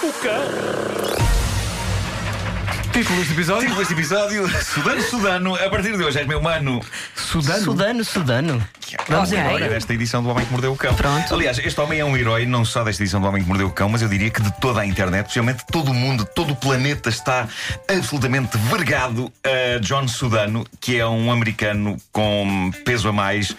boca. Título deste episódio: Título deste episódio: Sudano, Sudano, a partir de hoje és meu mano. Sudano. Sudano, sudano. Vamos É o herói embora. desta edição do Homem que Mordeu o Cão. Pronto. Aliás, este homem é um herói não só desta edição do Homem que Mordeu o Cão, mas eu diria que de toda a internet, possivelmente todo o mundo, todo o planeta está absolutamente vergado a John Sudano, que é um americano com peso a mais,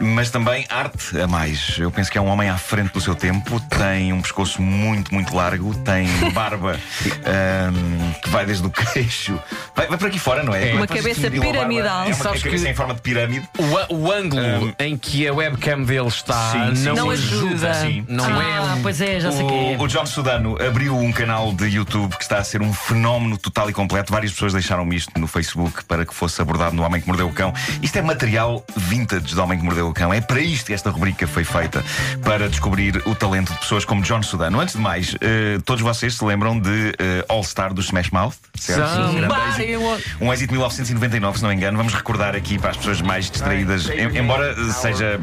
mas também arte a mais. Eu penso que é um homem à frente do seu tempo, tem um pescoço muito, muito largo, tem barba ahm, que vai desde o queixo. Vai, vai por aqui fora, não é? Uma Vai para cabeça cinco mil, a barba piramidal. É uma Sabes cabeça que- em forma de pirâmide. O, a- o ângulo em que a webcam dele está Sim, sim, não, sim. Não ajuda. ajuda. sim. Não é Ah, um- pois é, já sei o que é. O, o John Sudano abriu um canal de YouTube que está a ser um fenómeno total e completo. Várias pessoas deixaram-me isto no Facebook para que fosse abordado no Homem que Mordeu o Cão. Isto é material vintage do Homem que Mordeu o Cão. É para isto que esta rubrica foi feita para descobrir o talento de pessoas como John Sudano. Antes de mais, eh, todos vocês se lembram de eh, All Star do Smash Mouth? Certo? Sim. Um grande Somebody êxito. want- Um êxito de 1999, se não me engano. Vamos recordar aqui para as pessoas mais distraídas, em- embora eh, seja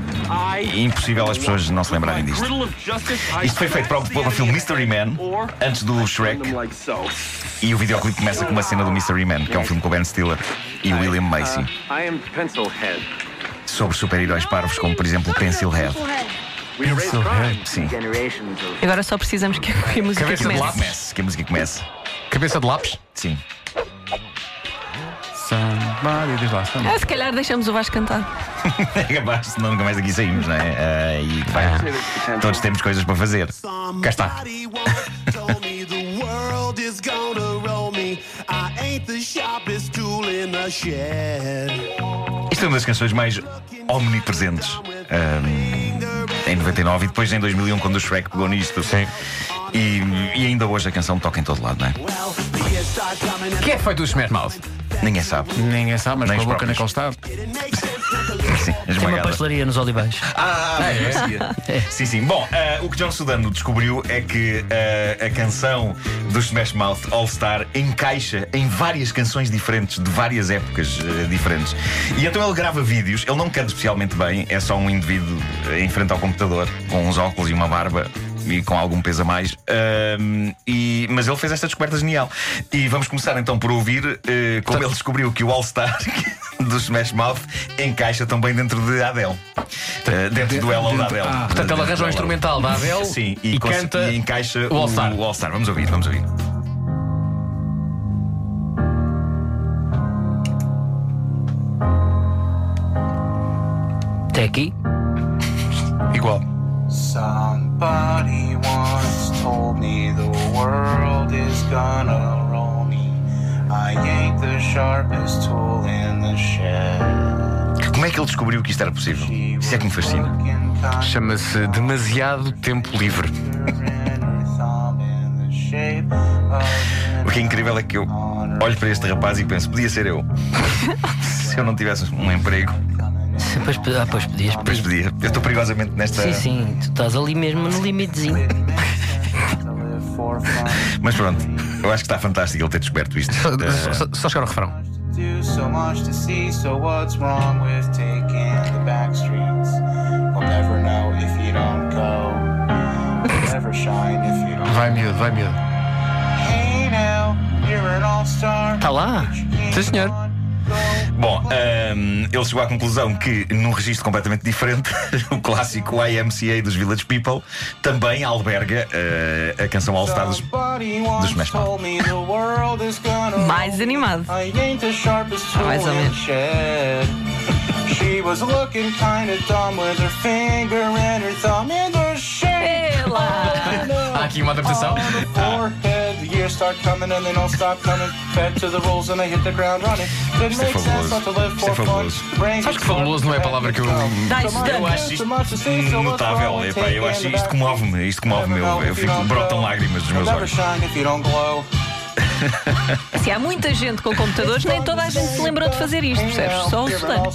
impossível as pessoas não se lembrarem disto. Isto Isto foi feito para o, para o filme Mystery Man, antes do Shrek, e o videoclipe começa com uma cena do Mystery Man, que é um filme com o Ben Stiller e o William Macy, Uh, I am Pencilhead. sobre super-heróis parvos, como por exemplo Pencilhead. We erase crime. Sim. Agora só precisamos que é a música Cabeça de comece. lápis. Comece, que a música comece. cabeça de lápis. Sim. Somebody, diz lá, somebody. Ah, se calhar deixamos o Vasco cantar. É capaz, senão nunca mais daqui saímos, não é? Ah, e vai. Todos temos coisas para fazer. Cá está. told me the world is gonna roll me. I ain't the sharpest tool in the shed. Isto é uma das canções mais omnipresentes. ah, em 99 e depois em 2001 quando o Shrek pegou nisto Sim. E, e ainda hoje a canção toca em todo lado não é? Well, the years start coming O and que é feito do Smash Mouth? Ninguém sabe Ninguém sabe, mas Nem com a os boca próprios. naquele estado. it makes sense with the lyrics. Sim, Tem uma esmagada. pastelaria nos olivais. Ah, é? Sim, sim. Bom, ah, o que John Sudano descobriu é que ah, a canção do Smash Mouth All Star encaixa em várias canções diferentes, de várias épocas ah, diferentes. E então ele grava vídeos, ele não canta especialmente bem, é só um indivíduo ah, em frente ao computador, com uns óculos e uma barba. E com algum peso a mais. Ahm, e- mas ele fez esta descoberta genial. E vamos começar então por ouvir ah, como ele descobriu que o All Star do Smash Mouth encaixa também dentro de Adele. Uh, dentro do Hello da Adele. Ah, portanto, ele arranjou um instrumental da Adele Sim, e, e, cons- canta. e encaixa o All Star. O All Star. Vamos ouvir, vamos ouvir. Até aqui. Igual. Somebody once told me the world is gonna roll me. I ain't the sharpest tool in the shed. Como é que ele descobriu que isto era possível? Isso é que me fascina. um Working kind Chama-se Demasiado Tempo Livre. of her thumb in the shape of O an que é incrível é que eu olho para este rapaz e penso: podia ser eu. Se eu não tivesse um emprego, Depois, pe- ah, pois pedias. depois podia. Eu estou perigosamente nesta. Sim, sim, tu estás ali mesmo no limitezinho. to live for fun. Mas pronto, eu acho que está fantástico ele ter descoberto isto. Só, só- só chegar ao refrão. Do so much to see, so what's wrong with taking the back streets? You'll never know if you don't go. You'll never shine if you don't. Vai miúdo, vai miúdo. Hey now, you're an all-star. Está lá. Sim, senhor. Bom, ahm, ele chegou à conclusão que, num registro completamente diferente, o clássico IMCA dos Village People também alberga eh, a canção All Star dos. Somebody once Smash Mouth. told me the world is gonna Mais animado. I ain't the sharpest tool Mais ou in the menos. shed. She was looking kinda dumb with her finger and her thumb in the shade. Ela! Há aqui uma adaptação. On the forehead, the years start coming and they don't stop coming. Fed to the rules and they hit the ground running. Didn't Isto é make fabuloso. sense not to live Isto é for fun. fabuloso. Brains Acho que fabuloso não é a palavra que eu. Dá isso, Então, Eu dá. acho isto notável, epá, eu acho isto comove-me, isto comove-me, eu, eu fico, brotam lágrimas dos meus olhos. Se Assim, há muita gente com computadores, nem toda a gente se lembrou de fazer isto, percebes? Só um o Sudano.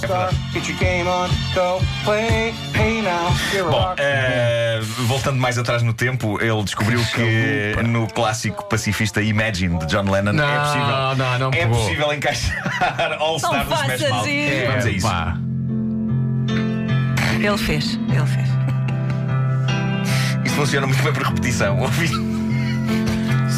Bom, eh, voltando mais atrás no tempo, ele descobriu que no clássico pacifista Imagine de John Lennon Não, é possível, não, não é pegou. É. possível encaixar All Star dos Smash faças Mouth. isso. Vamos a isso. Pá. Ele fez, ele fez. Isto funciona muito bem por repetição. Ouvi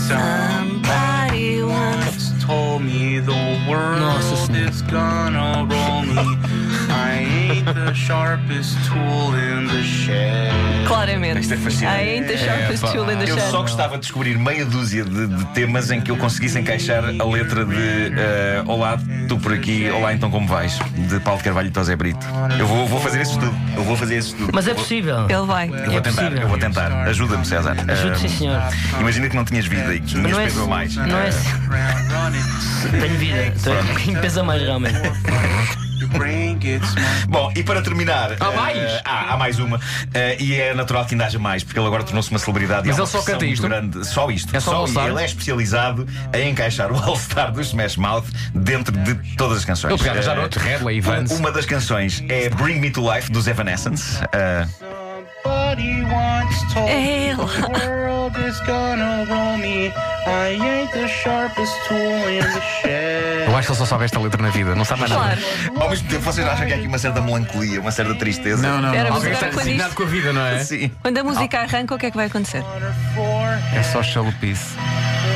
Somebody once told me the world is gonna roll me. I ain't the sharpest tool in the shed. Claramente. Isto é fascinante. I ain't the sharpest pá. tool in the Eu shed. só gostava de descobrir meia dúzia de, de temas em que eu conseguisse encaixar a letra de eh, Olá, tu por aqui, Olá, então como vais? De Paulo de Carvalho e Tosé Brito. Eu vou, vou fazer esse estudo. Eu vou fazer esse estudo. Mas é Vou- possível. Ele vai. Eu vou é tentar, possível. eu vou tentar. Ajuda-me, César. Ajude, sim, Ah, senhor. Imagina que não tinhas vida e que tinhas Não é, peso a mais. não é. Tenho vida. Tenho pesa mais realmente. Your brain gets more Bom, e para terminar. Há mais? há, há mais uma. eh, e é natural que ainda haja mais, porque ele agora tornou-se uma celebridade. e Mas há ele uma só canta pressão muito isto? Grande. Só isto. É só o isto. All-Star? Ele é especializado em encaixar o All-Star do Smash Mouth dentro de todas as canções. Ele podia arranjar Eh, outro, Radley e uma- Vance. Uma das canções é Bring Me to Life dos Evanescence. Eh, Somebody once told me Ela. the world is gonna roll me. I ain't the sharpest tool in the Eu shed. acho que ele só sabe esta letra na vida, não sabe mais nada. Claro. ao mesmo tempo, vocês acham que há aqui uma certa melancolia, uma certa tristeza? Não, não, Era, não. mas agora quando Indignado isto, com a vida, não é? Sim. quando a música arranca, o que é que vai acontecer? É só chalupice.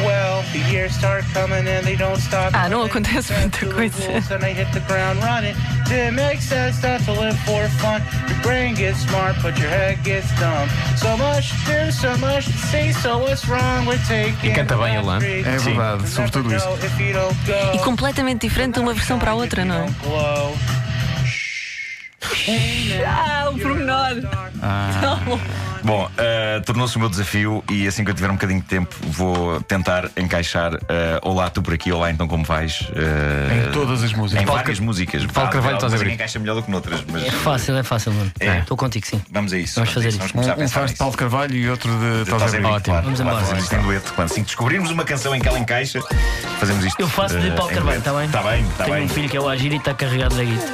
Well, the years start coming and they don't stop. Ah, não acontece muita coisa. Then I hit the ground running. Didn't make sense not to live for fun. Your brain gets smart, but your head gets dumb. So much to do, so much to see. So what's wrong with taking? E canta bem, the Alan. back É streets? verdade, sobretudo isto. If you don't go. E completamente diferente de uma versão para a outra, não é? Ah, o pormenor. Não. Bom, eh, tornou-se o meu desafio e assim que eu tiver um bocadinho de tempo vou tentar encaixar eh, Olá, tu por aqui, Olá, então como vais? Eh, Então Em todas as músicas. em várias músicas. Paulo Carvalho, Há estás a abrir. música que encaixa melhor do que noutras, mas É fácil, é fácil, mano. É. Estou contigo, sim. vamos a isso. Vamos fazer a isso, isto. Vamos começar a Um, um pensar faz de nisso. Paulo de Carvalho e outro de Estás Tose a abrir, Brito. Ótimo. claro. Vamos Claro, embora. fazemos isto em dueto. Quando assim que descobrirmos uma canção em que ela encaixa, fazemos isto. Eu faço de eh, Paulo em Carvalho, tá dueto. está Está bem? bem, está Tenho bem. um filho que é o Agir e está carregado da guita.